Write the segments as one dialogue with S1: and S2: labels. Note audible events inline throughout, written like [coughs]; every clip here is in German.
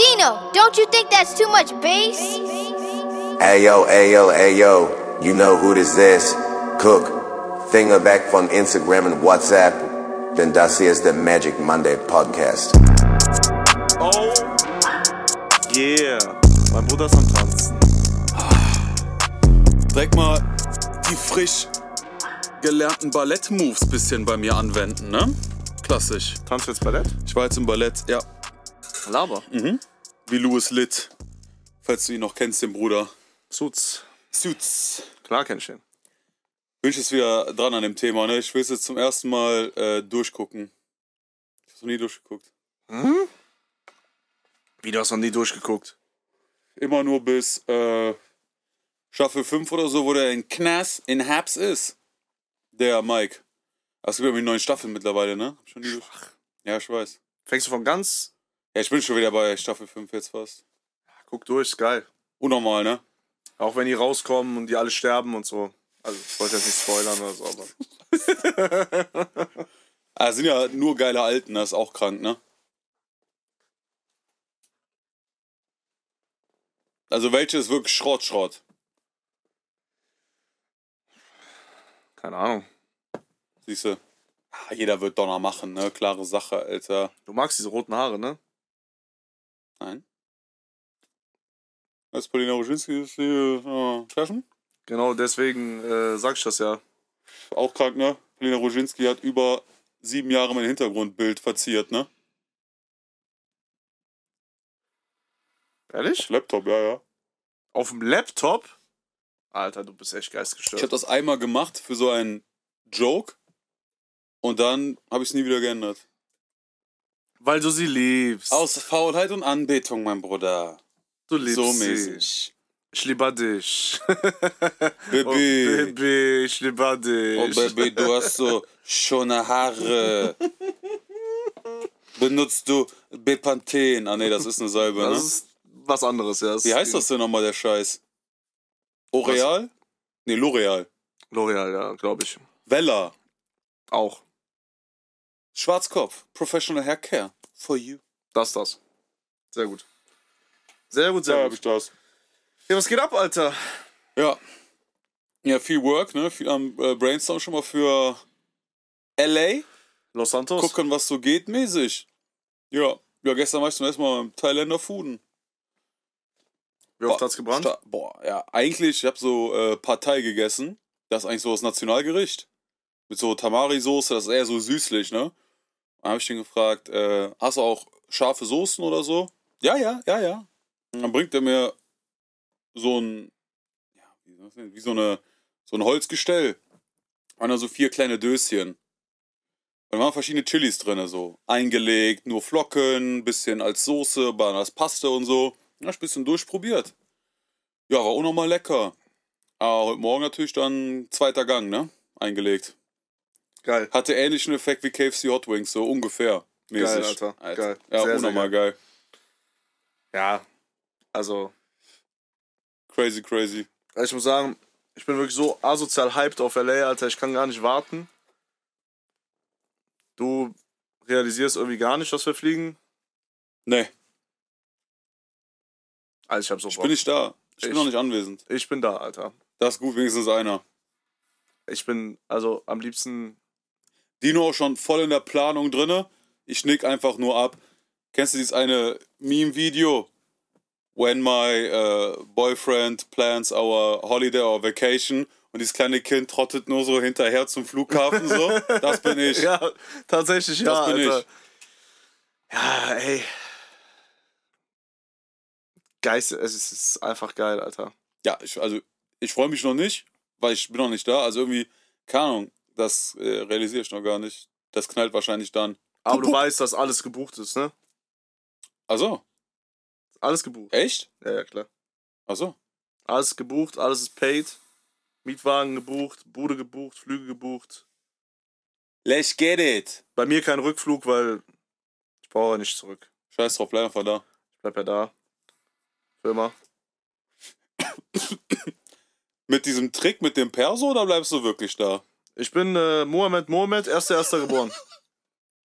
S1: Dino, don't you think that's too much bass?
S2: Ayo, ayo, ayo, you know who this is. Cook, finger back from Instagram and WhatsApp. Denn das hier ist der Magic Monday Podcast.
S3: Oh. Yeah. Mein Bruder ist am Tanzen.
S4: Dreck mal die frisch gelernten Ballett-Moves bisschen bei mir anwenden, ne? Klassisch.
S3: Tanzt du jetzt Ballett?
S4: Ich war jetzt im Ballett, ja.
S3: Laber.
S4: Wie Louis Litt. Falls du ihn noch kennst, den Bruder.
S3: Suits.
S4: Suits.
S3: Klar kenn ich ihn.
S4: Bin ich jetzt wieder dran an dem Thema, ne? Ich will es jetzt zum ersten Mal äh, durchgucken. Ich hab's noch nie durchgeguckt.
S3: Wie, du hast noch nie durchgeguckt?
S4: Immer nur bis äh, Staffel 5 oder so, wo der in Knass in Habs ist. Der Mike. Ah, Es gibt irgendwie neun Staffeln mittlerweile, ne? Hab schon nie durch- Ja, ich weiß.
S3: Fängst du von ganz?
S4: Ja, ich bin schon wieder bei Staffel 5 jetzt fast.
S3: Guck durch, ist geil.
S4: Unnormal, ne?
S3: Auch wenn die rauskommen und die alle sterben und so. Also, ich wollte jetzt nicht spoilern oder so, aber.
S4: Ah, sind ja nur geile Alten, das ist auch krank, ne? Also welche ist wirklich Schrott, Schrott?
S3: Keine Ahnung.
S4: Siehst du? Ah, Jeder wird Donner machen, ne? Klare Sache, Alter.
S3: Du magst diese roten Haare, ne?
S4: Nein? Als Paulina Ruschinski ist hier äh, treffen?
S3: Genau, deswegen äh, sag ich das ja.
S4: Auch krank, ne? Paulina Ruschinski hat über sieben Jahre mein Hintergrundbild verziert, ne?
S3: Ehrlich?
S4: Laptop, ja, ja.
S3: Auf dem Laptop? Alter, du bist echt
S4: Ich habe
S3: geistgestört.
S4: das einmal gemacht für so einen Joke und dann habe ich es nie wieder geändert.
S3: Weil du sie liebst.
S4: Aus Faulheit und Anbetung, mein Bruder.
S3: du liebst
S4: so
S3: sie.
S4: mäßig.
S3: Ich liebe dich.
S4: Baby.
S3: Oh, Baby, ich liebe dich.
S4: Oh Baby, du hast so schöne Haare. Benutzt du Bepanthen? Ah ne, das ist eine Salbe,
S3: Das
S4: ne?
S3: ist was anderes, ja.
S4: Wie heißt das denn nochmal, der Scheiß? Oreal? Ne, L'Oreal.
S3: L'Oreal, ja, glaube ich.
S4: Vella.
S3: Auch.
S4: Schwarzkopf. Professional Hair Care. For you.
S3: Das, das. Sehr gut. Sehr gut,
S4: Da
S3: sehr
S4: hab
S3: gut.
S4: ich das.
S3: Ja, was geht ab, Alter?
S4: Ja. Ja, viel Work, ne? Viel am äh, Brainstorm schon mal für LA.
S3: Los Santos?
S4: gucken, was so geht, mäßig. Ja, ja gestern war ich zum ersten Mal beim Thailänder Fuden.
S3: Wie oft hat's gebrannt?
S4: Sta- Boah, ja, eigentlich, ich habe so äh, Partei gegessen. Das ist eigentlich so das Nationalgericht. Mit so Tamari-Soße, das ist eher so süßlich, ne? Dann habe ich den gefragt, äh, hast du auch scharfe Soßen oder so? Ja, ja, ja, ja. Und dann bringt er mir so ein, ja, wie soll ich das nennen? wie so, eine, so ein Holzgestell. Waren da so vier kleine Döschen. Und da waren verschiedene Chilis drin, so eingelegt, nur Flocken, bisschen als Soße, Bananas Paste und so. Ja, ich ein bisschen durchprobiert. Ja, war auch nochmal lecker. Aber heute Morgen natürlich dann zweiter Gang, ne? Eingelegt.
S3: Geil.
S4: Hatte ähnlichen Effekt wie KFC Hot Wings, so ungefähr. Mäßig.
S3: Alter. Geil.
S4: Ja,
S3: Sehr, sehr
S4: unnormal geil.
S3: Ja. Also,
S4: Crazy, crazy.
S3: ich muss sagen, ich bin wirklich so asozial hyped auf LA, Alter. Ich kann gar nicht warten. Du realisierst irgendwie gar nicht, dass wir fliegen.
S4: Nee,
S3: Also, ich hab so
S4: ich
S3: Bock.
S4: bin nicht da. Ich, bin
S3: Ich-
S4: noch nicht anwesend.
S3: ich bin da, Alter.
S4: Das ist gut, wenigstens einer.
S3: Ich bin, also, am liebsten
S4: Dino auch schon voll in der Planung drinne. Ich nick einfach nur ab. Kennst du dieses eine Meme-Video? When my äh, boyfriend plans our holiday or vacation und dieses kleine Kind trottet nur so hinterher zum Flughafen so. [laughs] Das bin
S3: [laughs]
S4: ich.
S3: Ja, tatsächlich, ja.
S4: Das bin ich.
S3: Alter. Ja, ey. Geist, es ist, es ist einfach geil, Alter.
S4: Ja, ich, also ich freue mich noch nicht, weil ich bin noch nicht da. Also irgendwie, keine Ahnung, das äh, realisiere ich noch gar nicht. Das knallt wahrscheinlich dann.
S3: Aber du weißt, dass alles gebucht ist, ne?
S4: Also,
S3: Alles gebucht.
S4: echt?
S3: Ja, ja, klar.
S4: Also,
S3: Alles gebucht, alles ist paid. Mietwagen gebucht, Bude gebucht, Flüge gebucht.
S4: let's get it.
S3: Bei mir kein Rückflug, weil ich brauche ja nicht zurück.
S4: Scheiß drauf, bleib einfach da.
S3: Ich bleib ja da. Für immer.
S4: Mit diesem Trick mit dem Perso oder bleibst du wirklich da?
S3: Ich bin äh, Mohamed Mohamed, 1.1. geboren.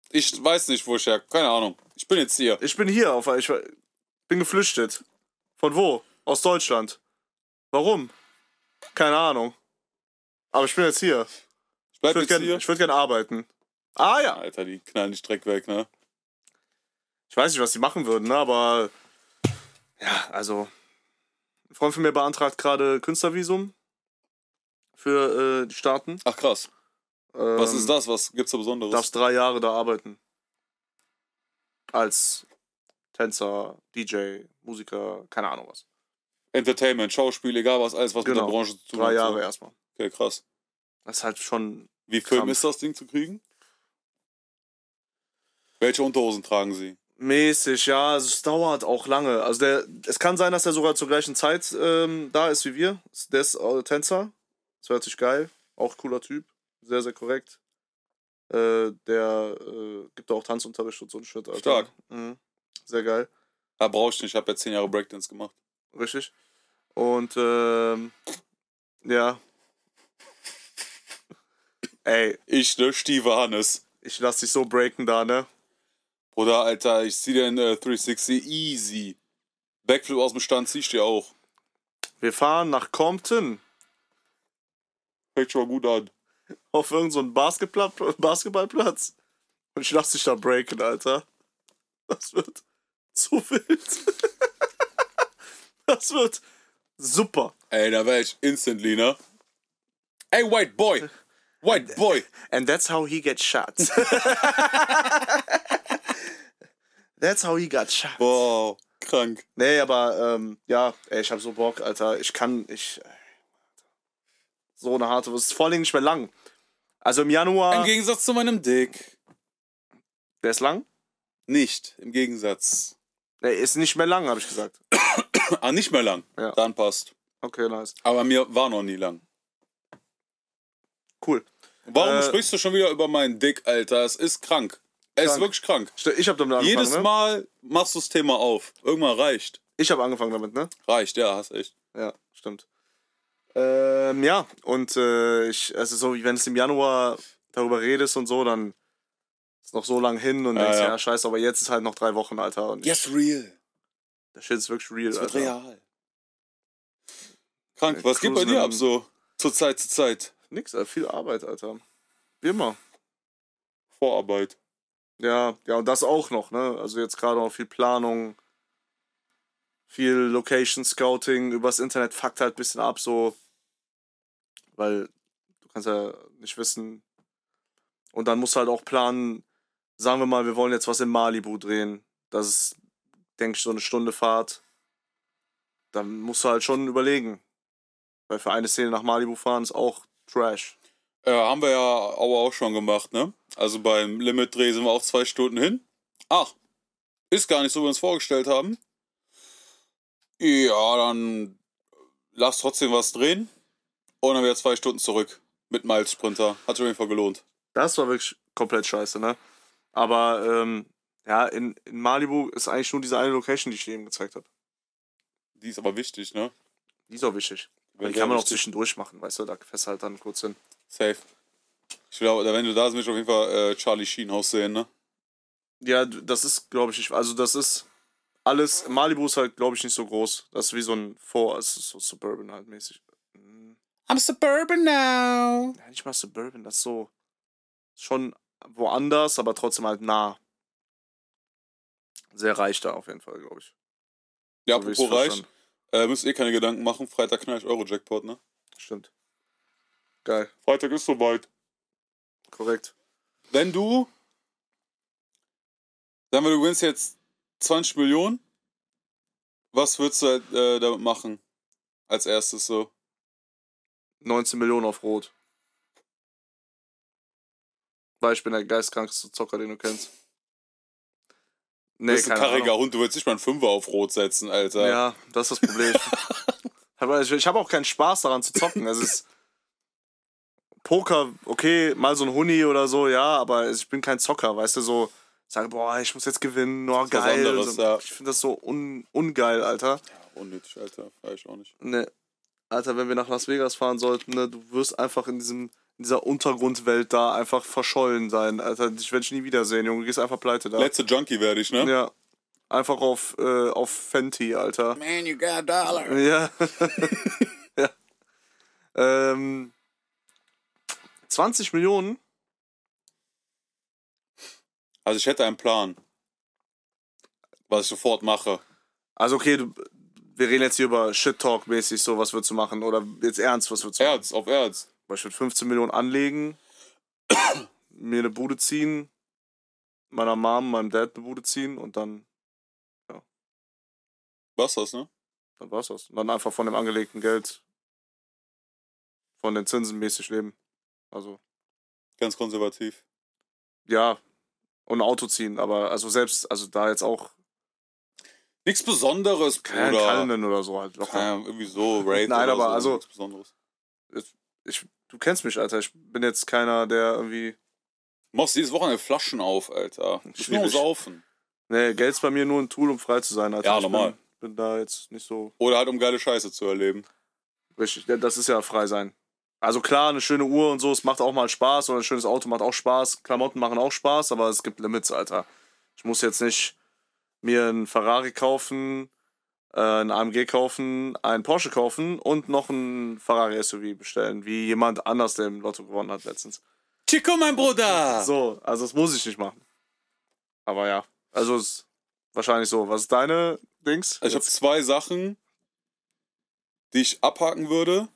S4: Ich weiß nicht, wo ich her. Keine Ahnung. Ich bin jetzt hier.
S3: Ich bin hier auf ich, Bin geflüchtet. Von wo? Aus Deutschland. Warum? Keine Ahnung. Aber ich bin jetzt hier.
S4: Ich
S3: Ich
S4: bleib
S3: würde
S4: jetzt hier.
S3: gerne würd gern arbeiten. Ah ja.
S4: Alter, die knallen dich direkt weg, ne?
S3: Ich weiß nicht, was die machen würden, ne? aber ja, also ein Freund von mir beantragt gerade Künstlervisum für äh, die Staaten.
S4: Ach krass.
S3: Ähm,
S4: Was ist das? Was gibt's da Besonderes?
S3: Darfst drei Jahre da arbeiten. Als Tänzer, DJ, Musiker, keine Ahnung was.
S4: Entertainment, Schauspiel, egal was, alles, was
S3: Genau.
S4: mit der Branche zu tun
S3: Drei
S4: hat.
S3: Jahre
S4: so.
S3: erstmal.
S4: Okay, krass.
S3: Das ist halt schon
S4: Wie firm
S3: Krampf.
S4: ist das Ding zu kriegen? Welche Unterhosen tragen sie?
S3: mäßig, ja. Also es dauert auch lange. Also der, es kann sein, dass der sogar zur gleichen Zeit ähm, da ist wie wir. Der ist äh, Tänzer. Das hört sich geil. Auch cooler Typ. Sehr, sehr korrekt. Äh, der äh, gibt auch Tanzunterricht und so ein Shit, Alter.
S4: Stark.
S3: Mhm. Sehr geil.
S4: Ah, brauch ich nicht, ich habe ja zehn Jahre Breakdance gemacht.
S3: Richtig. Und ähm, ja. Ey,
S4: Ich, ne, Stiefe Hannes.
S3: ich lass dich so breaken da, ne?
S4: Bruder, Alter, ich zieh dir in äh, 360 easy. Backflip aus dem Stand zieh ich dir auch.
S3: Wir fahren nach Compton
S4: Fängt schon mal gut an.
S3: auf irgendeinen so einen Basketball Basketballplatz und ich lass dich da breaken, Alter. Das wird zu wild. Das wird super.
S4: Ey, da wär ich instantly, ne? Ey, White Boy! [laughs] White Boy!
S3: And that's how he gets [laughs] shot. that's how he got shot.
S4: Wow, krank.
S3: Nee, aber ähm, ja, ey, ich hab so Bock, Alter. Ich kann, ich. ey, So eine harte, es ist vor allen Dingen nicht mehr lang. Also im
S4: Im
S3: Januar.
S4: Gegensatz zu meinem Dick.
S3: Der ist lang?
S4: Nicht, im Gegensatz. [laughs]
S3: Der ist nicht mehr lang, habe ich gesagt.
S4: Ah, nicht mehr lang.
S3: Ja.
S4: Dann passt.
S3: Okay, nice.
S4: Aber mir war noch nie lang.
S3: Cool.
S4: Warum
S3: Äh,
S4: sprichst du schon wieder über meinen Dick, Alter? Es ist krank. Es ist
S3: Krank.
S4: wirklich krank.
S3: Ich, ich habe damit angefangen.
S4: Jedes
S3: ne?
S4: Mal machst du das Thema auf. Irgendwann reicht.
S3: Ich habe angefangen damit, ne?
S4: Reicht, ja, hast echt.
S3: Ja, stimmt. Ähm, ja, und äh, ich, also so, wie wenn es im Januar darüber redest und so, dann ist noch so lang hin und
S4: Ja,
S3: denkst, ja,
S4: ja.
S3: scheiße, aber jetzt ist halt noch drei Wochen, Alter. Und ich,
S4: Yes, real.
S3: der Shit ist wirklich real,
S4: Es wird
S3: Alter.
S4: real. Krank,
S3: Äh,
S4: was geht bei
S3: cruisen
S4: dir
S3: im-
S4: ab so? Zur Zeit, zur Zeit.
S3: Nix, Alter, viel Arbeit, Alter. Wie immer.
S4: Vorarbeit.
S3: Ja, ja, und das auch noch, ne? Also jetzt gerade auch viel Planung, viel Location Scouting, übers Internet fuckt halt ein bisschen ab, so. Weil du kannst ja nicht wissen. Und dann musst du halt auch planen, sagen wir mal, wir wollen jetzt was in Malibu drehen. Das ist, denke ich, so eine Stunde Fahrt. Dann musst du halt schon überlegen. Weil für eine Szene nach Malibu fahren ist auch Trash.
S4: Äh, haben wir ja aber auch schon gemacht, ne? Also beim Limit-Dreh sind wir auch zwei Stunden hin. Ach, ist gar nicht so, wie wir uns vorgestellt haben. Ja, dann lass trotzdem was drehen. Und dann wieder zwei Stunden zurück mit Miles Sprinter. Hat sich auf jeden Fall gelohnt.
S3: Das war wirklich komplett scheiße, ne? Aber ähm, ja, in, in Malibu ist eigentlich nur diese eine Location, die ich dir eben gezeigt habe.
S4: Die ist aber wichtig, ne?
S3: Die ist auch wichtig.
S4: Wenn
S3: die kann man auch
S4: richtig-
S3: zwischendurch machen, weißt du? Da fährst du halt dann kurz hin.
S4: Safe. Ich glaube, wenn du da bist, will ich auf jeden Fall äh, Charlie Sheen aussehen, ne?
S3: Ja, d- das ist, glaube ich, nicht. Also, das ist alles. Malibu ist halt, glaube ich, nicht so groß. Das ist wie so ein Vor-, also so Suburban halt mäßig. Hm,
S4: I'm suburban now.
S3: Ja, nicht mal Suburban, das ist so. Schon woanders, aber trotzdem halt nah. Sehr reich da auf jeden Fall, glaube ich.
S4: Ja,
S3: So wie ich's
S4: apropos reich.
S3: verstanden.
S4: Äh, müsst ihr keine Gedanken machen. Freitag knall ich Euro-Jackpot, ne?
S3: Stimmt. Geil,
S4: Freitag ist soweit.
S3: korrekt.
S4: Wenn du. Sagen wir, du gewinnst jetzt 20 Millionen. Was würdest du halt, äh, damit machen? Als erstes so.
S3: 19 Millionen auf Rot. Weil ich bin der geistkrankste Zocker, den du kennst.
S4: Du
S3: Nee,
S4: bist ein
S3: keine
S4: karriger
S3: Ahnung.
S4: Hund, du willst nicht mal einen Fünfer auf Rot setzen, Alter.
S3: Ja, das ist das Problem. [laughs] Aber ich ich habe auch keinen Spaß daran zu zocken. Es ist Poker, okay, mal so ein Huni oder so, ja, aber ich bin kein Zocker, weißt du, so sage, boah, ich muss jetzt gewinnen, oh,
S4: was
S3: geil.
S4: anderes,
S3: so,
S4: ja.
S3: Ich finde das so un ungeil, Alter.
S4: Unnötig, Alter. Feier ich auch nicht.
S3: Ne, Alter, wenn wir nach Las Vegas fahren sollten, ne, du wirst einfach in diesem in dieser Untergrundwelt da einfach verschollen sein, Alter. Dich werde ich nie wiedersehen, Junge. Du gehst einfach pleite da.
S4: Letzte Junkie werde ich, ne?
S3: ja. Einfach auf, äh, auf Fenty, Alter.
S4: Man, you got a dollar.
S3: Ja. [laughs] ja. Ähm, 20 Millionen?
S4: Also ich hätte einen Plan, was ich sofort mache.
S3: Also okay, du, wir reden jetzt hier über Shit Talk mäßig so, was würdest du machen? Oder jetzt ernst, was würdest du machen?
S4: Erz, auf Erz.
S3: Weil ich würde 15 Millionen anlegen, [coughs] mir eine Bude ziehen, meiner Mom, meinem Dad eine Bude ziehen und dann,
S4: Was das, ne?
S3: dann war's das. Und dann einfach von dem angelegten Geld, von den Zinsen mäßig leben. Also,
S4: Ganz konservativ.
S3: ja. Und ein Auto ziehen, aber also selbst, also da jetzt auch
S4: Nichts Besonderes,
S3: kein
S4: Bruder.
S3: Kalenden oder so halt locker.
S4: Ja, irgendwie so,
S3: [laughs]
S4: Raid
S3: Nein,
S4: oder
S3: aber
S4: so,
S3: also-
S4: nichts Besonderes.
S3: Ich, du kennst mich, Alter. Ich bin jetzt keiner, der irgendwie.
S4: Machst dieses Wochenende Flaschen auf, Alter. Ich nur
S3: Schwierig.
S4: saufen.
S3: Nee, Geld ist ne, bei mir nur ein Tool, um frei zu sein, Alter.
S4: Ja,
S3: ich
S4: normal.
S3: Bin, bin da jetzt nicht so
S4: Oder halt, um geile Scheiße zu erleben.
S3: Richtig, ja, das ist ja frei sein. Also klar, eine schöne Uhr und so, es macht auch mal Spaß oder ein schönes Auto macht auch Spaß. Klamotten machen auch Spaß, aber es gibt Limits, Alter. Ich muss jetzt nicht mir einen Ferrari kaufen, äh, einen AMG kaufen, einen Porsche kaufen und noch einen Ferrari SUV bestellen, wie jemand anders, der im Lotto gewonnen hat letztens.
S4: Chico, mein Bruder!
S3: So, also das muss ich nicht machen. Aber ja, also es ist wahrscheinlich so. Was ist deine Dings?
S4: Also ich habe zwei Sachen, die ich abhaken würde.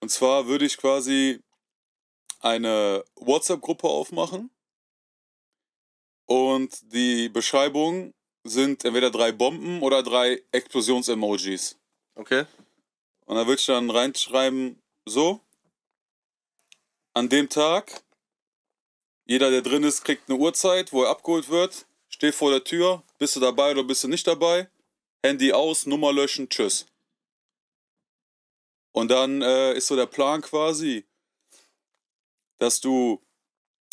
S4: Und zwar würde ich quasi eine WhatsApp-Gruppe aufmachen. Und die Beschreibung sind entweder drei Bomben oder drei Explosions-Emojis.
S3: okay.
S4: Und da würde ich dann reinschreiben, so, an dem Tag, jeder, der drin ist, kriegt eine Uhrzeit, wo er abgeholt wird, steh vor der Tür, bist du dabei oder bist du nicht dabei, Handy aus, Nummer löschen, tschüss. Und dann äh, ist so der Plan quasi, dass du,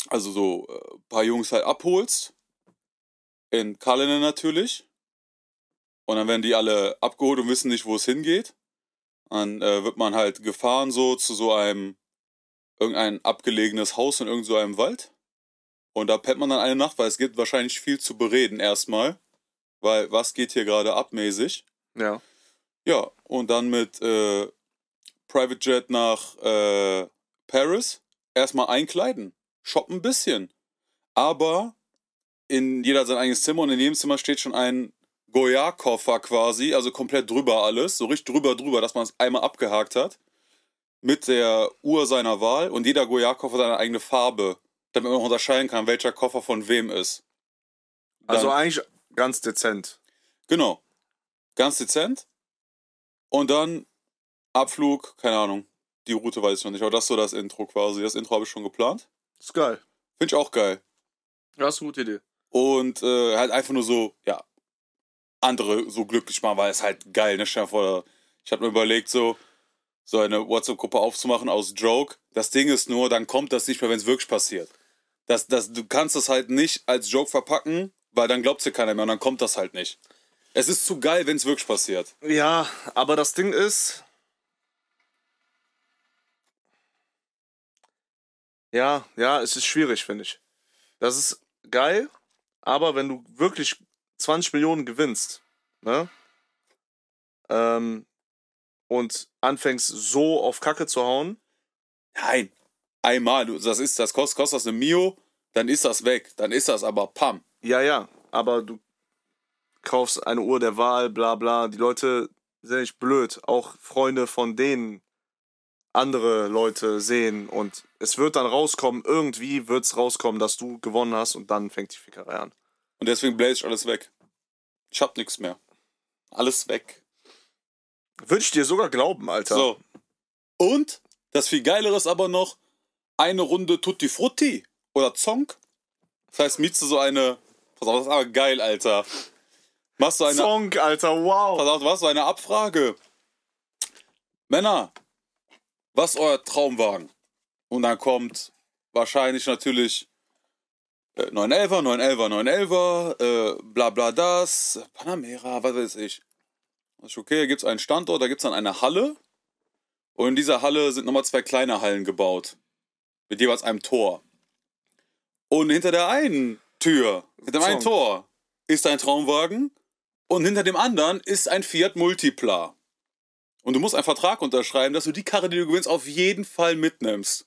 S4: also so, äh, ein paar Jungs halt abholst, in Kalender natürlich, und dann werden die alle abgeholt und wissen nicht, wo es hingeht. Dann äh, wird man halt gefahren so zu so einem irgendein abgelegenes Haus in irgendeinem so einem Wald. Und da pennt man dann eine Nacht, weil es gibt wahrscheinlich viel zu bereden erstmal. Weil was geht hier gerade abmäßig?
S3: Ja.
S4: Ja, und dann mit äh, Private Jet nach äh, Paris. Erstmal einkleiden. Shoppen ein bisschen. Aber in jeder hat sein eigenes Zimmer und in jedem Zimmer steht schon ein Goya-Koffer quasi, also komplett drüber alles, so richtig drüber drüber, dass man es einmal abgehakt hat. Mit der Uhr seiner Wahl und jeder Goya-Koffer seine eigene Farbe, damit man auch unterscheiden kann, welcher Koffer von wem ist.
S3: Also
S4: Dann-
S3: eigentlich ganz dezent.
S4: Genau. Ganz dezent. Und dann Abflug, keine Ahnung. Die Route weiß ich noch nicht, aber das ist so das Intro quasi. Das Intro habe ich schon geplant.
S3: Ist geil.
S4: Finde ich auch geil.
S3: Ja, ist eine gute Idee.
S4: Und äh, halt einfach nur so, ja, andere so glücklich machen, weil es halt geil, ne? Stell dir vor, ich habe mir überlegt, so, so eine WhatsApp-Gruppe aufzumachen aus Joke. Das Ding ist nur, dann kommt das nicht mehr, wenn es wirklich passiert. Das, das, du kannst das halt nicht als Joke verpacken, weil dann glaubt dir keiner mehr und dann kommt das halt nicht. Es ist zu geil, wenn es wirklich passiert.
S3: Ja, aber das Ding ist. Ja, ja, es ist schwierig, finde ich. Das ist geil, aber wenn du wirklich 20 Millionen gewinnst, ne? Ähm, und anfängst so auf Kacke zu hauen,
S4: Nein. Einmal, du- das ist, das kostet, kostet das eine Mio, dann ist das weg. Dann ist das aber pam.
S3: ja, ja, aber du kaufst eine Uhr der Wahl, bla bla. Die Leute sind nicht blöd. Auch Freunde von denen andere Leute sehen und es wird dann rauskommen, irgendwie wird es rauskommen, dass du gewonnen hast und dann fängt die Fickerei an.
S4: Und deswegen blaze ich alles weg. Ich hab nichts mehr. Alles weg.
S3: Würde ich dir sogar glauben, Alter.
S4: So. Und das viel geilere ist aber noch eine Runde Tutti Frutti oder Zonk. Das heißt, mietst du so eine. Pass auf, das ist aber geil, Alter. Machst du eine.
S3: Song, Alter, wow.
S4: Pass auf, was? Eine Abfrage. Männer, was ist euer Traumwagen? Und dann kommt wahrscheinlich natürlich äh, 911er, 911er, 911er, äh, bla bla das, Panamera, was weiß ich. Das ist okay, da gibt es einen Standort, da gibt es dann eine Halle. Und in dieser Halle sind nochmal zwei kleine Hallen gebaut. Mit jeweils einem Tor. Und hinter der einen Tür, hinter dem einen
S3: Zonk.
S4: Tor, ist ein Traumwagen und hinter dem anderen ist ein Fiat Multipla. Und du musst einen Vertrag unterschreiben, dass du die Karre, die du gewinnst, auf jeden Fall mitnimmst.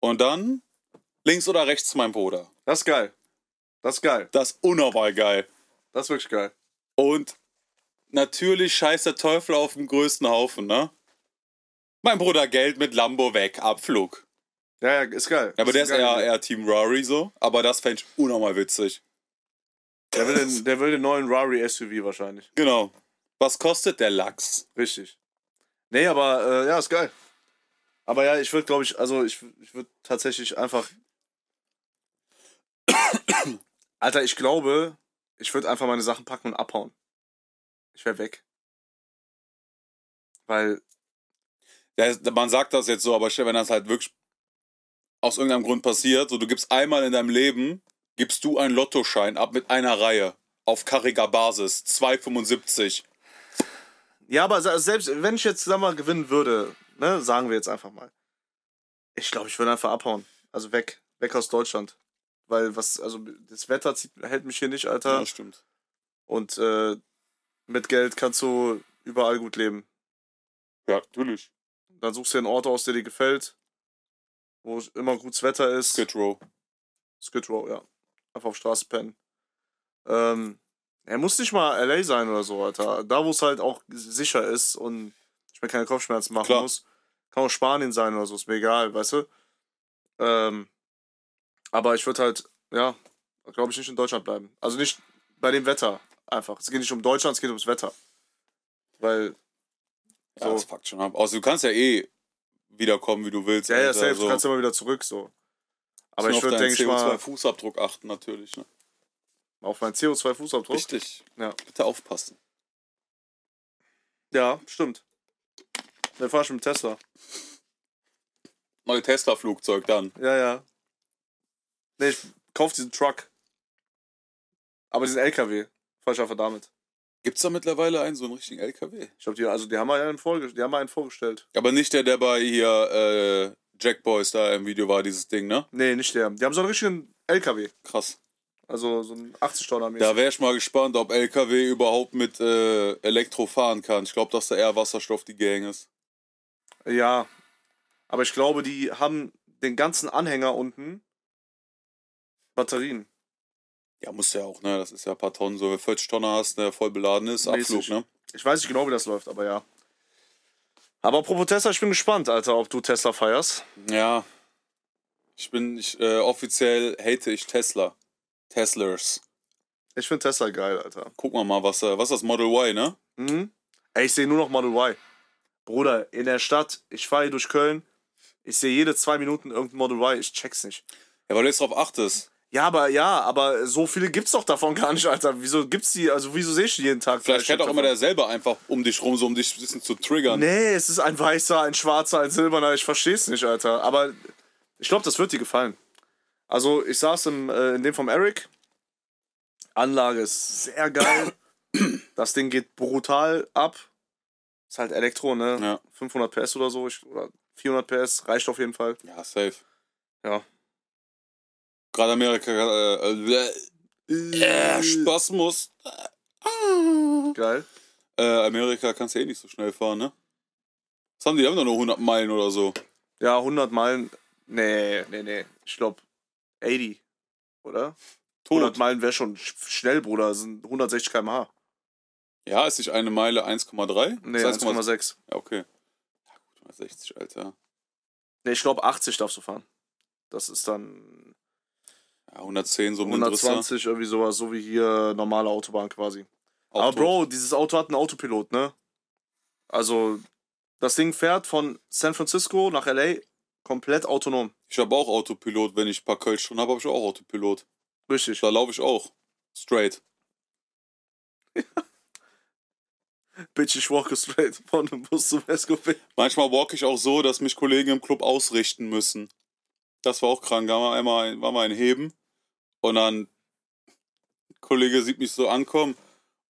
S4: Und dann links oder rechts, mein Bruder.
S3: Das ist geil. Das ist geil.
S4: Das ist unnormal geil.
S3: Das ist wirklich geil.
S4: Und natürlich scheißt der Teufel auf dem größten Haufen, ne? Mein Bruder Geld mit Lambo weg, Abflug.
S3: Ja, ja, ist geil.
S4: Aber der ist
S3: eine geile
S4: eher,
S3: Idee.
S4: eher Team Rari so. Aber das fände ich unnormal witzig.
S3: Der will, den, der will den neuen Rari SUV wahrscheinlich.
S4: Genau. Was kostet der Lachs?
S3: Richtig. Nee, aber äh, ja, ist geil. Aber ja, ich würde, glaube ich, also ich, ich würde tatsächlich einfach. [coughs] Alter, ich glaube, ich würde einfach meine Sachen packen und abhauen. Ich wäre weg. Weil,
S4: Ja, man sagt das jetzt so, aber stell, wenn das halt wirklich aus irgendeinem Grund passiert, so du gibst einmal in deinem Leben, gibst du einen Lottoschein ab mit einer Reihe. Auf karriger Basis. 2,75.
S3: ja, aber se- selbst wenn ich jetzt, sag mal, gewinnen würde, ne, sagen wir jetzt einfach mal. Ich glaube, ich würde einfach abhauen. Also weg. Weg aus Deutschland. Weil was, also das Wetter zieht, hält mich hier nicht, Alter.
S4: Ja, stimmt.
S3: Und äh, mit Geld kannst du überall gut leben.
S4: Ja, natürlich.
S3: Dann suchst du dir einen Ort aus, der dir gefällt, wo es immer gutes Wetter ist.
S4: Skid Row.
S3: Skid Row, ja. Einfach auf Straße pennen. Ähm, er muss nicht mal LA sein oder so, Alter. Da, wo es halt auch sicher ist und ich mir keine Kopfschmerzen machen
S4: Klar.
S3: muss. Kann auch Spanien sein oder so, ist mir egal, weißt du? Ähm, aber ich würde halt, ja, glaube ich, nicht in Deutschland bleiben. Also nicht bei dem Wetter einfach. Es geht nicht um Deutschland, es geht ums Wetter. Weil,
S4: Ja,
S3: So.
S4: das fuckt schon ab. Also du kannst ja eh wiederkommen, wie du willst.
S3: ja, ja,
S4: Alter, also
S3: safe,
S4: so.
S3: du kannst immer wieder zurück, so. Aber
S4: Musst
S3: ich
S4: nur
S3: würde,
S4: auf deinen
S3: denke ich mal,
S4: CO2-Fußabdruck achten natürlich. Ne?
S3: auf meinen CO2-Fußabdruck.
S4: Richtig.
S3: Ja.
S4: Bitte aufpassen.
S3: Ja, stimmt. Der fahr ich mit dem Tesla.
S4: Neue Tesla-Flugzeug dann.
S3: Ja, ja. Nee, ich kauf diesen Truck. Aber diesen LKW. Fahr ich einfach damit.
S4: Gibt's da mittlerweile einen, so einen richtigen LKW?
S3: Ich glaube, die, also die haben mal einen, vorge die haben mal einen vorgestellt.
S4: Aber nicht der, der bei hier äh, Jack Boys da im Video war, dieses Ding, ne?
S3: Nee, nicht der. Die haben so einen richtigen LKW.
S4: Krass.
S3: Also so einen 80 Tonner mäßig.
S4: Da wäre ich mal gespannt, ob LKW überhaupt mit äh, Elektro fahren kann. Ich glaube, dass da eher Wasserstoff die Gang ist.
S3: Ja. Aber ich glaube, die haben den ganzen Anhänger unten Batterien.
S4: Ja, muss ja auch, ne? Das ist ja ein paar Tonnen. So, wenn du 40 Tonner hast, der voll beladen ist, Abflug,
S3: Mäßig.
S4: ne?
S3: Ich weiß nicht genau, wie das läuft, aber ja. Aber apropos Tesla, ich bin gespannt, Alter, ob du Tesla feierst.
S4: Ja. Ich bin, ich, äh, offiziell hate ich Tesla. Teslers.
S3: Ich finde Tesla geil, Alter.
S4: Gucken wir mal, was, äh, was ist das Model Y, ne?
S3: Mhm. Ey, ich sehe nur noch Model Y. Bruder, in der Stadt, ich fahre hier durch Köln, ich sehe jede zwei Minuten irgendein Model Y, ich check's nicht.
S4: Ja, weil du jetzt drauf achtest.
S3: Ja, aber ja, aber so viele gibt's doch davon gar nicht, Alter. Wieso gibt's die? Also wieso sehe ich die jeden Tag?
S4: Vielleicht
S3: Drei
S4: fährt auch
S3: Stück
S4: immer
S3: davon?
S4: derselbe einfach um dich rum, so um dich ein bisschen zu triggern.
S3: Nee, es ist ein weißer, ein schwarzer, ein silberner, ich versteh's nicht, Alter. Aber ich glaube, das wird dir gefallen. Also, ich saß im, äh, in dem vom Eric. Anlage ist sehr geil. Das Ding geht brutal ab. Ist halt Elektro, ne?
S4: Ja.
S3: 500 PS oder so, ich, oder 400 PS, reicht auf jeden Fall.
S4: Ja, safe.
S3: Ja.
S4: Gerade Amerika, äh, äh, äh, äh, Spasmus.
S3: Geil.
S4: Äh, Amerika kannst du eh nicht so schnell fahren, ne? Was haben die? Die haben doch nur 100 Meilen oder so.
S3: Ja, 100 Meilen. Nee, nee, nee. Ich glaube 80, oder? 100
S4: Tot.
S3: Meilen wäre schon sch schnell, Bruder. Das sind 160 km/h.
S4: Ja, ist nicht eine Meile 1,3?
S3: Nee,
S4: Ist 1,6.
S3: 1,6.
S4: Ja, okay. Ja, gut, 160, Alter.
S3: Nee, ich glaube 80 darfst du fahren. Das ist dann
S4: Ja, 110, so um den Drisser.
S3: 120, irgendwie sowas, so wie hier normale Autobahn quasi.
S4: Auch
S3: Aber
S4: tot.
S3: Bro, dieses Auto hat einen Autopilot, ne? Also, das Ding fährt von San Francisco nach L.A. komplett autonom.
S4: Ich habe auch Autopilot. Wenn ich ein paar Kölsch schon habe, habe ich auch Autopilot.
S3: Richtig.
S4: Da laufe ich auch. Straight.
S3: Bitch, ich walk straight [laughs] von dem Bus zum SKP.
S4: Manchmal walk ich auch so, dass mich Kollegen im Club ausrichten müssen. Das war auch krank. Da war einmal ein, war mal ein Heben und dann ein Kollege sieht mich so ankommen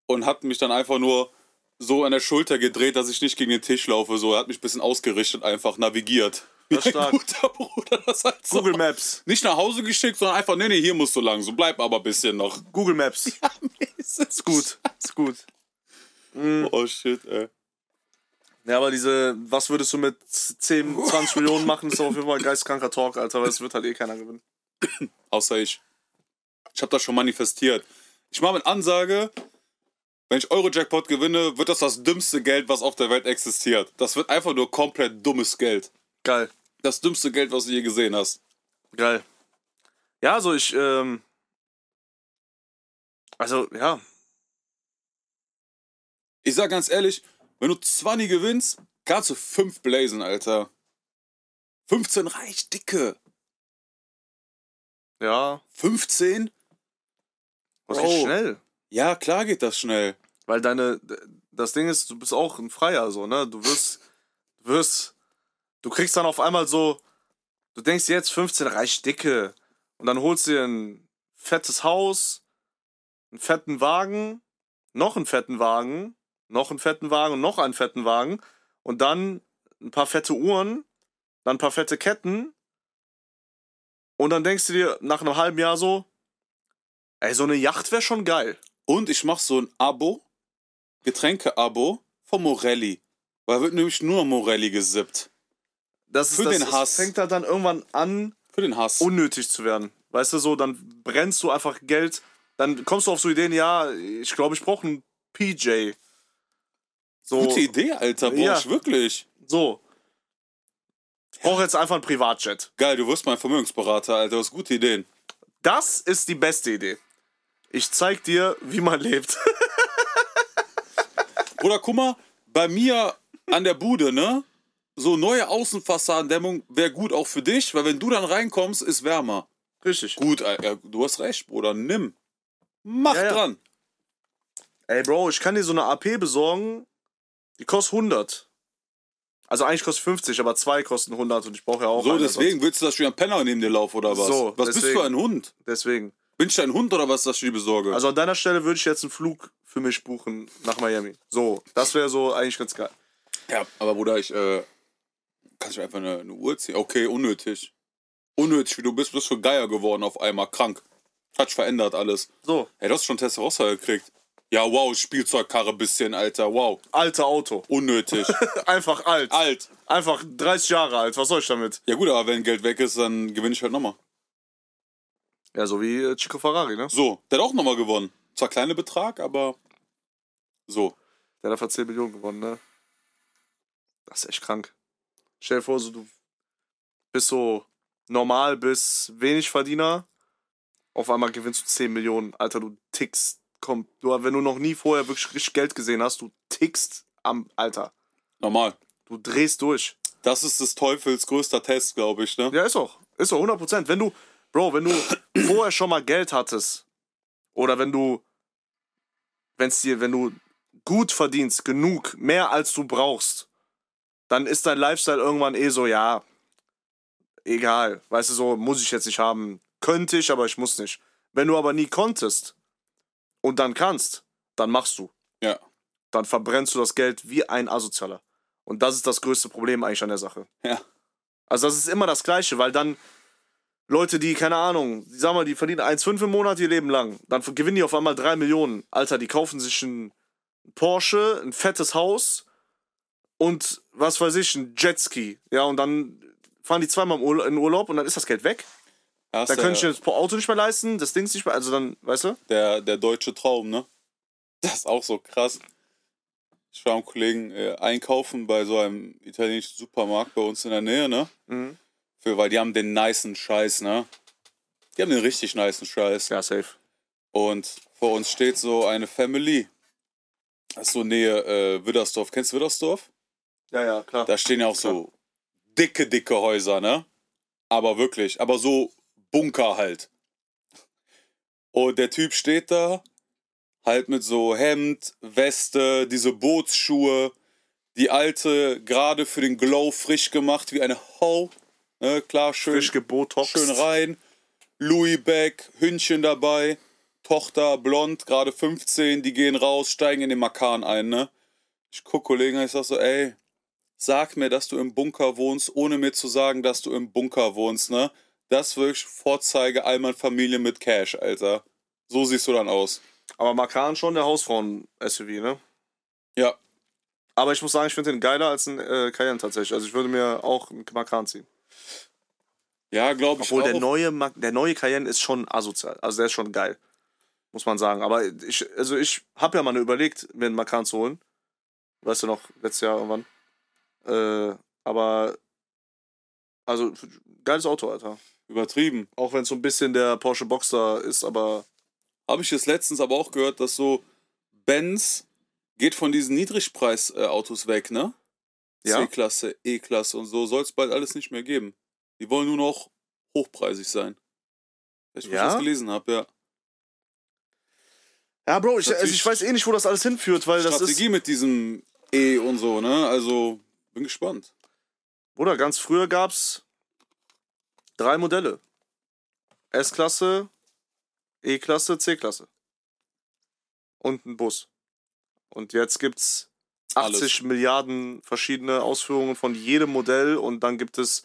S4: und hat mich dann einfach nur so an der Schulter gedreht, dass ich nicht gegen den Tisch laufe. So, er hat mich ein bisschen ausgerichtet, einfach navigiert.
S3: Das ist
S4: Mein
S3: stark.
S4: guter Bruder, das heißt so.
S3: Google Maps.
S4: Nicht nach Hause geschickt, sondern einfach, nee, nee, hier musst du lang. So bleib aber ein bisschen noch.
S3: Google Maps.
S4: ist es
S3: Gut. Ist gut.
S4: Oh shit, ey.
S3: Ja, aber diese, was würdest du mit 10, 20 Millionen machen, ist auf jeden Fall ein geistkranker Talk, Alter, weil es wird halt eh keiner gewinnen.
S4: Außer ich. Ich habe das schon manifestiert. Ich mache mit Ansage, wenn ich Euro-Jackpot gewinne, wird das das dümmste Geld, was auf der Welt existiert. Das wird einfach nur komplett dummes Geld.
S3: Geil.
S4: Das dümmste Geld, was du je gesehen hast.
S3: Geil. Ja, also ich, ähm. Also, ja.
S4: Ich sag ganz ehrlich, wenn du 20 gewinnst, kannst du 5 blazen, Alter. 15 reicht, Dicke.
S3: Ja.
S4: 15?
S3: Was
S4: Bro.
S3: geht schnell?
S4: Ja, klar geht das schnell.
S3: Weil deine. Das Ding ist, du bist auch ein Freier, so, ne? Du wirst. Du wirst. Du kriegst dann auf einmal so. Du denkst jetzt 15 reicht dicke. Und dann holst du dir ein fettes Haus, einen fetten Wagen, noch einen fetten Wagen, noch einen fetten Wagen und noch einen fetten Wagen. Und dann ein paar fette Uhren, dann ein paar fette Ketten. Und dann denkst du dir nach einem halben Jahr so, ey, so eine Yacht wäre schon geil.
S4: Und ich mach so ein Abo, Getränke-Abo von Morelli. Weil wird nämlich nur noch Morelli gesippt.
S3: Das ist
S4: Für
S3: das
S4: den
S3: ist-
S4: Hass.
S3: fängt da dann irgendwann an,
S4: Für den Hass.
S3: unnötig zu werden. Weißt du, so, dann brennst du einfach Geld. Dann kommst du auf so Ideen, ja, ich glaube, ich brauche einen PJ. So,
S4: Gute Idee, Alter,
S3: Ja.
S4: Borsch, wirklich.
S3: so. Ich brauche jetzt einfach einen Privatjet.
S4: Geil, du wirst mein Vermögensberater, Alter, du hast gute Ideen.
S3: Das ist die beste Idee. Ich zeig dir, wie man [laughs] lebt.
S4: Bruder, guck mal, bei mir an der Bude, ne? So neue Außenfassadendämmung wäre gut auch für dich, weil wenn du dann reinkommst, ist wärmer.
S3: Richtig.
S4: Gut, Alter, du hast recht, Bruder, nimm. Mach
S3: Ja, ja.
S4: dran.
S3: Ey, Bro, ich kann dir so eine AP besorgen, die kostet 100. Also eigentlich kostet 50, aber zwei kosten 100 und ich brauche ja auch
S4: So,
S3: eine,
S4: deswegen willst du, dass ich wie ein Penner neben dir laufe oder was?
S3: So,
S4: was bist du
S3: deswegen.
S4: für ein Hund?
S3: sonst- Deswegen.
S4: Bin ich ein Hund oder was, dass ich dir besorge?
S3: Also an deiner Stelle würde ich jetzt einen Flug für mich buchen nach Miami. So, das wäre so eigentlich ganz geil.
S4: ja, aber Bruder, ich, äh, kann ich einfach eine, eine Uhr ziehen? Okay, unnötig. Unnötig, wie du bist, bist für Geier geworden auf einmal, krank. Hat sich verändert alles.
S3: So,
S4: Ey, du hast schon Testarossa gekriegt. Ja, wow, Spielzeugkarre bisschen, Alter, wow.
S3: alter Auto.
S4: Unnötig.
S3: Einfach alt.
S4: Alt.
S3: Einfach 30 Jahre alt. Was soll ich damit?
S4: Ja gut, aber wenn Geld weg ist, dann gewinne ich halt nochmal.
S3: Ja, so wie äh, Chico Ferrari, ne?
S4: So, der hat auch nochmal gewonnen. Zwar kleiner Betrag, aber so.
S3: Der hat einfach 10 Millionen gewonnen, ne? Das ist echt krank. Stell dir vor, so, du bist so normal bis wenig Verdiener. Auf einmal gewinnst du 10 Millionen. Alter, du tickst. Komm, du, wenn du noch nie vorher wirklich richtig Geld gesehen hast, du tickst am Alter.
S4: Normal.
S3: Du drehst durch.
S4: Das ist des Teufels größter Test, glaube ich, ne?
S3: Ja, ist doch. Ist doch 100%. Wenn du, Bro, wenn du vorher schon mal Geld hattest oder wenn du, wenn's dir, wenn du gut verdienst, genug, mehr als du brauchst, dann ist dein Lifestyle irgendwann eh so, ja, egal. Weißt du, so muss ich jetzt nicht haben. Könnte ich, aber ich muss nicht. Wenn du aber nie konntest und dann kannst, dann machst du.
S4: Ja.
S3: Dann verbrennst du das Geld wie ein Asozialer. Und das ist das größte Problem eigentlich an der Sache.
S4: Ja.
S3: Also das ist immer das Gleiche, weil dann Leute, die, keine Ahnung, die, sag mal, die verdienen 1,5 im Monat ihr Leben lang, dann gewinnen die auf einmal 3 Millionen. Alter, die kaufen sich ein Porsche, ein fettes Haus und was weiß ich, ein Jetski. Ja, und dann fahren die zweimal im Urla- in Urlaub und dann ist das Geld weg.
S4: Das
S3: Da
S4: ist
S3: können ich
S4: der,
S3: das Auto nicht mehr leisten, das Ding nicht mehr, also dann, weißt du?
S4: der, der deutsche Traum, ne? Das ist auch so krass. Ich war am Kollegen äh, einkaufen bei so einem italienischen Supermarkt bei uns in der Nähe, ne?
S3: Mhm.
S4: Für, weil die haben den nicen Scheiß, ne? Die haben den richtig nicen Scheiß.
S3: Ja, safe.
S4: Und vor uns steht so eine Family. Das ist so Nähe äh, Widdersdorf. Kennst du Widdersdorf?
S3: Ja, ja, klar.
S4: Da stehen ja auch so dicke, dicke Häuser, ne? Aber wirklich, aber so Bunker halt. Und der Typ steht da, halt mit so Hemd, Weste, diese Bootsschuhe, die alte, gerade für den Glow frisch gemacht, wie eine Ho. Ne? Klar, schön.
S3: Frisch gebotoxt.
S4: Schön rein. Louis Beck, Hündchen dabei. Tochter, blond, gerade 15, die gehen raus, steigen in den Makan ein, ne? Ich guck Kollegen, ich sag so, ey, sag mir, dass du im Bunker wohnst, ohne mir zu sagen, dass du im Bunker wohnst, ne? Das ist wirklich Vorzeige Allmann Familie mit Cash, Alter. So siehst du dann aus.
S3: Aber Makan schon der Hausfrauen-SUV, ne?
S4: Ja,
S3: Aber ich muss sagen, ich finde den geiler als ein äh, Cayenne tatsächlich. Also ich würde mir auch einen Makan ziehen.
S4: ja, glaube ich
S3: Obwohl der
S4: auch.
S3: neue, Ma- der neue Cayenne ist schon asozial. Also der ist schon geil. Muss man sagen. Aber ich, also ich habe ja mal überlegt, mir einen Macan zu holen. Weißt du noch, letztes Jahr irgendwann. Äh, aber. Also, geiles Auto, Alter.
S4: Übertrieben.
S3: Auch wenn es so ein bisschen der Porsche Boxster ist, aber.
S4: Habe ich jetzt letztens aber auch gehört, dass so Benz geht von diesen Niedrigpreis-Autos weg, ne?
S3: Ja.
S4: C-Klasse, E-Klasse und so soll es bald alles nicht mehr geben. Die wollen nur noch hochpreisig sein. Ich
S3: Ja?
S4: ja? das gelesen habe, ja.
S3: Ja, Bro, ich, also
S4: Natürlich-
S3: ich weiß eh nicht, wo das alles hinführt, weil das ist.
S4: Strategie mit diesem E und so, ne? Also, bin gespannt.
S3: Bruder, ganz früher gab's drei Modelle. S-Klasse, E-Klasse, C-Klasse. Und ein Bus. Und jetzt gibt's 80
S4: Alles.
S3: Milliarden verschiedene Ausführungen von jedem Modell und dann gibt es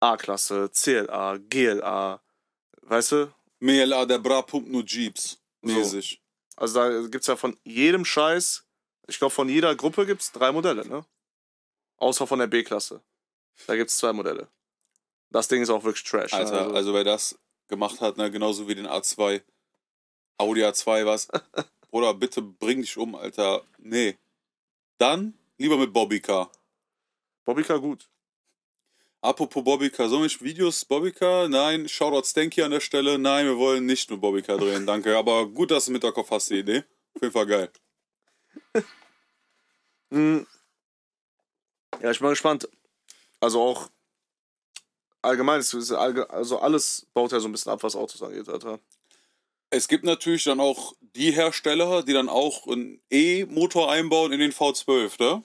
S3: A-Klasse, CLA, GLA. Weißt du?
S4: Mela der Bra pumpt nur Jeeps.
S3: So.
S4: Mäßig.
S3: Also da gibt's ja von jedem Scheiß, ich glaube von jeder Gruppe gibt's drei Modelle, ne? Außer von der B-Klasse. Da gibt's zwei Modelle. Das Ding ist auch wirklich Trash. ne?
S4: Alter, also. wer das gemacht hat, ne? Genauso wie den A2, Audi A2, was? Bruder, bitte bring dich um, Alter. Nee. Dann lieber mit Bobbycar.
S3: Bobbycar gut.
S4: Apropos Bobbycar, sollen wir Videos Bobbycar? Nein, Shoutout Stanky an der Stelle. Nein, wir wollen nicht nur Bobbycar drehen, danke. Aber gut, dass du mit der Kopf hast, die Idee. Auf jeden Fall geil.
S3: Hm. Ja, ich bin mal gespannt. Also auch allgemein, es ist allge also alles baut ja so ein bisschen ab, was Autos angeht, Alter.
S4: Es gibt natürlich dann auch die Hersteller, die dann auch einen E-Motor einbauen in den V12, ne?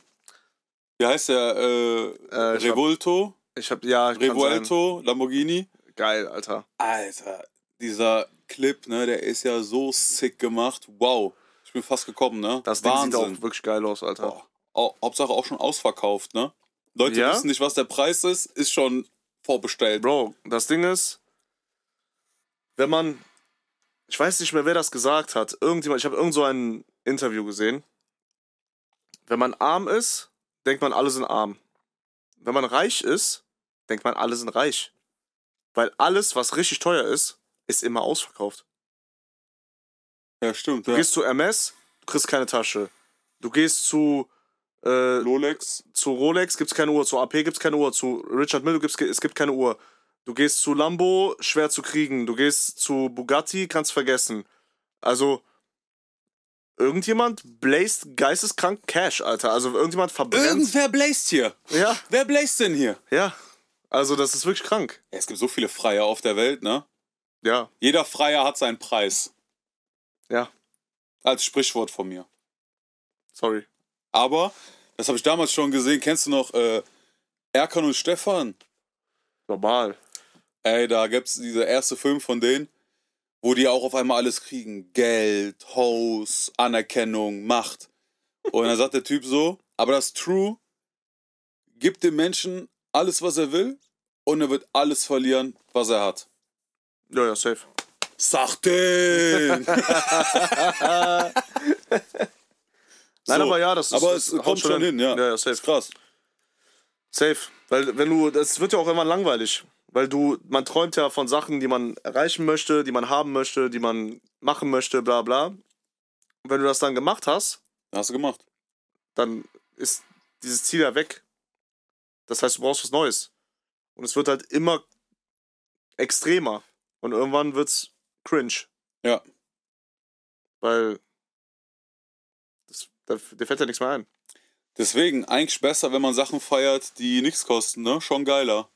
S4: Wie heißt der? Äh,
S3: Äh, ich hab-
S4: Revolto?
S3: Ich hab, ja, kann sein.
S4: Revolto, Lamborghini.
S3: Geil, Alter.
S4: Alter, dieser Clip, ne, der ist ja so sick gemacht. Wow. Ich bin fast gekommen, ne?
S3: Das Ding sieht auch wirklich geil aus, Alter.
S4: Boah. Au- Hauptsache auch schon ausverkauft, ne? Leute
S3: Ja?
S4: wissen nicht, was der Preis ist, ist schon vorbestellt.
S3: Bro, das Ding ist, wenn man, ich weiß nicht mehr, wer das gesagt hat, irgendjemand, ich habe irgend so ein Interview gesehen. Wenn man arm ist, denkt man, alle sind arm. Wenn man reich ist, denkt man, alle sind reich. Weil alles, was richtig teuer ist, ist immer ausverkauft.
S4: Ja, stimmt.
S3: Du
S4: Ja.
S3: gehst zu MS, du kriegst keine Tasche. Du gehst zu, äh,
S4: Rolex.
S3: zu Rolex gibt's keine Uhr, zu AP gibt's keine Uhr, zu Richard Mille gibt's, es gibt keine Uhr. Du gehst zu Lambo, schwer zu kriegen. Du gehst zu Bugatti, kannst vergessen. Also, irgendjemand bläst geisteskrank Cash, Alter. Also, irgendjemand verbrennt.
S4: Irgendwer bläst hier.
S3: ja,
S4: Wer bläst denn hier?
S3: ja. Also, das ist wirklich krank.
S4: Ja, Es gibt so viele Freier auf der Welt, ne?
S3: Ja,
S4: Jeder Freier hat seinen Preis.
S3: ja.
S4: Als Sprichwort von mir.
S3: Sorry.
S4: Aber, das habe ich damals schon gesehen, kennst du noch äh, Erkan und Stefan?
S3: Normal.
S4: Ey, da gibt's dieser erste Film von denen, wo die auch auf einmal alles kriegen. Geld, Haus, Anerkennung, Macht. Und dann sagt der Typ so, aber das ist True gibt dem Menschen alles, was er will und er wird alles verlieren, was er hat.
S3: Ja, ja, safe.
S4: Sag
S3: [laughs]
S4: den! [laughs]
S3: Nein, aber ja, das ist.
S4: Aber
S3: das
S4: es kommt schon hin, ja.
S3: Ja, ja, safe.
S4: ist krass.
S3: Safe. Weil wenn du, das wird ja auch immer langweilig. Weil du, man träumt ja von Sachen, die man erreichen möchte, die man haben möchte, die man machen möchte, bla bla. Und wenn du das dann gemacht hast,
S4: Hast du gemacht.
S3: dann ist dieses Ziel ja weg. Das heißt, du brauchst was Neues. Und es wird halt immer extremer. Und irgendwann wird's cringe.
S4: Ja.
S3: Weil das, da, dir fällt ja nichts mehr ein.
S4: Deswegen, eigentlich besser, wenn man Sachen feiert, die nichts kosten, ne? Schon geiler.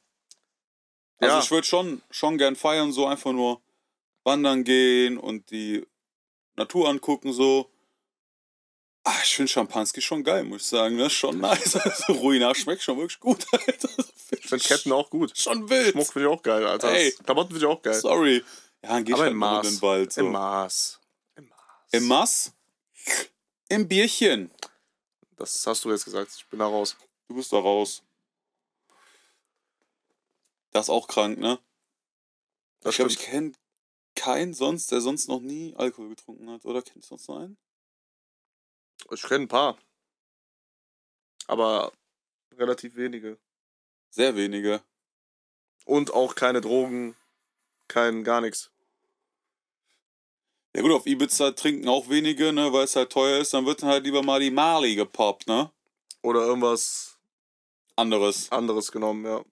S4: Also
S3: Ja.
S4: ich würde schon, schon gern feiern, so einfach nur wandern gehen und die Natur angucken, so. Ah, ich finde Champanski schon geil, muss ich sagen. Das ist schon nice. [laughs] Also Ruina schmeckt schon wirklich gut, [laughs] Alter.
S3: Ich finde Ketten auch gut.
S4: schon wild.
S3: Schmuck finde ich auch geil, Alter.
S4: Ey.
S3: Klamotten finde ich auch geil.
S4: Sorry. Ja, dann geh ich
S3: Aber
S4: halt
S3: im
S4: nur in
S3: Maß.
S4: den Wald. So.
S3: Im Maß. Im Maß.
S4: Im Maß? Im Bierchen.
S3: Das hast du jetzt gesagt. Ich bin da raus.
S4: Du bist da raus. Das ist auch krank, ne?
S3: Das
S4: ich glaube, ich
S3: stimmt.
S4: kenne keinen sonst, der sonst noch nie Alkohol getrunken hat. Oder kennst du sonst noch einen?
S3: Ich kenne ein paar. Aber relativ wenige.
S4: Sehr wenige.
S3: Und auch keine Drogen, kein gar nichts.
S4: Ja gut, auf Ibiza trinken auch wenige, ne, weil es halt teuer ist. Dann wird dann halt lieber mal die Mali gepoppt, ne?
S3: Oder irgendwas
S4: Anderes.
S3: anderes genommen, ja.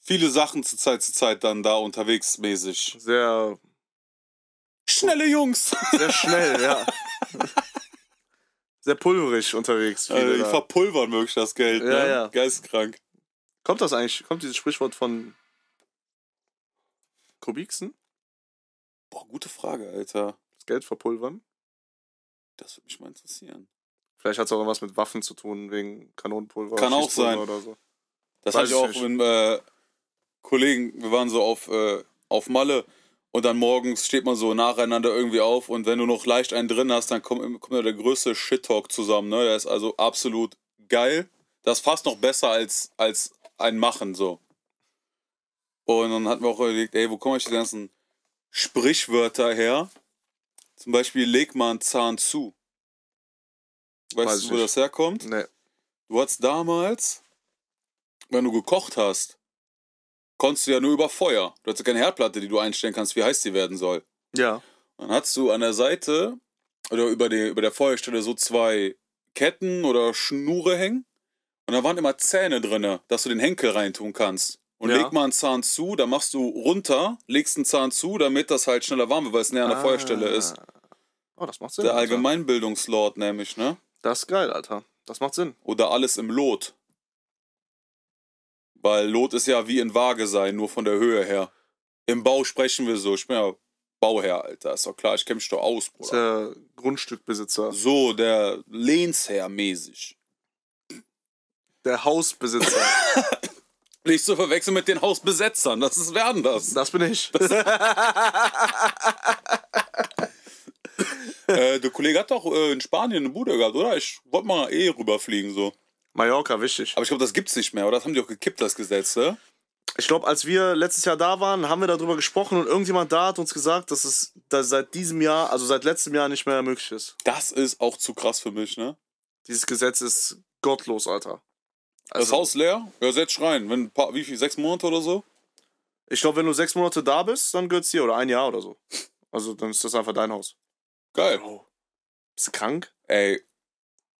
S4: Viele Sachen zur Zeit zu Zeit dann da unterwegs mäßig.
S3: Sehr,
S4: Schnelle Jungs!
S3: sehr schnell,
S4: [laughs]
S3: ja. Sehr pulverig unterwegs. [laughs] Viele
S4: Also, die
S3: da.
S4: verpulvern wirklich das Geld,
S3: Ja,
S4: ne?
S3: ja.
S4: Geistkrank.
S3: Kommt das eigentlich, kommt dieses Sprichwort von Kubiksen?
S4: Boah, gute Frage, Alter.
S3: Das Geld verpulvern?
S4: Das würde mich mal interessieren.
S3: Vielleicht hat es auch irgendwas mit Waffen zu tun, wegen Kanonenpulver.
S4: Kann auch
S3: Schießpulver
S4: sein.
S3: Oder so.
S4: Das
S3: Weiß
S4: hatte ich auch
S3: ich nicht.
S4: mit äh, Kollegen, wir waren so auf, äh, auf Malle und dann morgens steht man so nacheinander irgendwie auf und wenn du noch leicht einen drin hast, dann kommt, kommt ja der größte Shit-Talk zusammen. Ne? Der ist also absolut geil. Das ist fast noch besser als, als ein Machen so. Und dann hatten wir auch überlegt, ey, wo kommen eigentlich die ganzen Sprichwörter her? Zum Beispiel, leg mal einen Zahn zu. Weißt
S3: Weiß
S4: du, wo
S3: nicht.
S4: das herkommt?
S3: Nee.
S4: Du hattest damals, wenn du gekocht hast, konntest du ja nur über Feuer. Du hattest ja keine Herdplatte, die du einstellen kannst, wie heiß die werden soll.
S3: Ja.
S4: Dann hattest du an der Seite oder über, die, über der Feuerstelle so zwei Ketten oder Schnure hängen. Und da waren immer Zähne drin, dass du den Henkel reintun kannst. Und
S3: Ja.
S4: leg mal einen Zahn zu, dann machst du runter, legst einen Zahn zu, damit das halt schneller warm wird, weil es näher an
S3: Ah,
S4: der Feuerstelle ist.
S3: Oh, das macht Sinn.
S4: Der
S3: Alter.
S4: Allgemeinbildungslord nämlich, ne?
S3: Das ist geil, Alter. Das macht Sinn.
S4: oder alles im Lot. Weil Lot ist ja wie in Waage sein, nur von der Höhe her. Im Bau sprechen wir so. Ich bin ja Bauherr, Alter. Ist doch klar, ich kenne mich doch aus,
S3: Das ist
S4: Bruder.
S3: ja Grundstückbesitzer.
S4: So, der Lehnsherr mäßig.
S3: Der Hausbesitzer.
S4: [laughs] Nicht zu verwechseln mit den Hausbesetzern. Das ist,
S3: [laughs]
S4: werden das.
S3: das bin ich.
S4: äh, der Kollege hat doch äh, in Spanien eine Bude gehabt, oder? Ich wollte mal eh rüberfliegen, so.
S3: Mallorca, wichtig.
S4: Aber ich glaube, das gibt's nicht mehr, oder? Das haben die auch gekippt, das Gesetz, ne?
S3: Ich glaube, als wir letztes Jahr da waren, haben wir darüber gesprochen und irgendjemand da hat uns gesagt, dass es da seit diesem Jahr, also seit letztem Jahr nicht mehr möglich ist.
S4: Das ist auch zu krass für mich, ne?
S3: Dieses Gesetz ist gottlos, Alter. Also
S4: das Haus leer? Ja, setz rein. Wenn ein paar, wie viel? Sechs Monate oder so?
S3: Ich glaube, wenn du sechs Monate da bist, dann gehört's dir oder ein Jahr oder so. Also dann ist das einfach dein Haus.
S4: Geil.
S3: Bist du krank?
S4: Ey,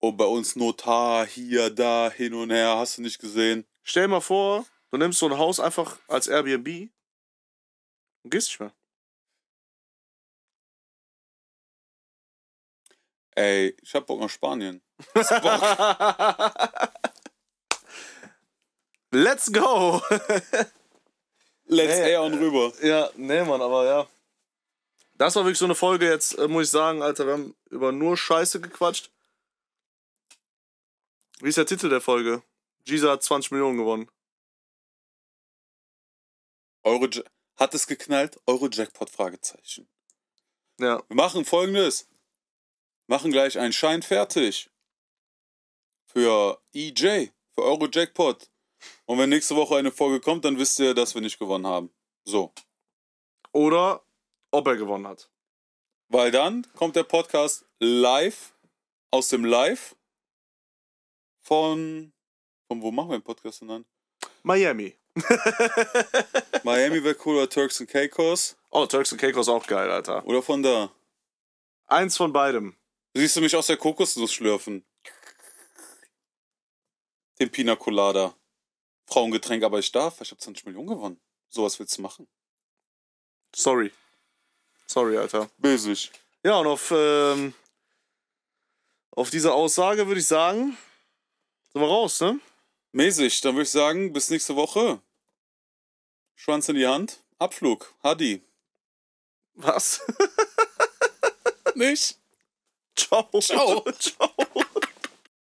S4: und bei uns Notar hier, da, hin und her, hast du nicht gesehen?
S3: Stell dir mal vor, du nimmst so ein Haus einfach als Airbnb und gehst nicht mehr.
S4: Ey, ich hab Bock nach Spanien.
S3: Let's go! [laughs]
S4: Let's
S3: Ey,
S4: air und rüber.
S3: Ja, nee, Mann, aber ja. Das war wirklich so eine Folge jetzt, äh, muss ich sagen, Alter. Wir haben über nur Scheiße gequatscht. Wie ist der Titel der Folge? Giza hat 20 Millionen gewonnen.
S4: Eure Ja- hat es geknallt? Eure Jackpot? Fragezeichen.
S3: Ja,
S4: Wir machen folgendes. Machen gleich einen Schein fertig. Für EJ, für Euro Jackpot. Und wenn nächste Woche eine Folge kommt, dann wisst ihr, dass wir nicht gewonnen haben. So.
S3: oder ob er gewonnen hat.
S4: Weil dann kommt der Podcast live aus dem Live von. Von wo machen wir den Podcast denn dann?
S3: Miami.
S4: Miami wäre cool oder Turks and Caicos
S3: Oh, Turks and Caicos auch geil, Alter.
S4: oder von da.
S3: Eins von beidem.
S4: Siehst du mich aus der Kokosnuss schlürfen? Den Pina Colada. Frauengetränk, aber ich darf. weil Ich habe 20 Millionen gewonnen. Sowas willst du machen.
S3: Sorry. Sorry, Alter.
S4: Bösig.
S3: Ja, und auf, ähm, auf diese Aussage würde ich sagen, sind wir raus, ne?
S4: Mäßig, dann würde ich sagen, bis nächste Woche. Schwanz in die Hand. Abflug. Hadi.
S3: Was? [laughs]
S4: Nicht?
S3: Ciao.
S4: Ciao.
S3: [laughs] Ciao.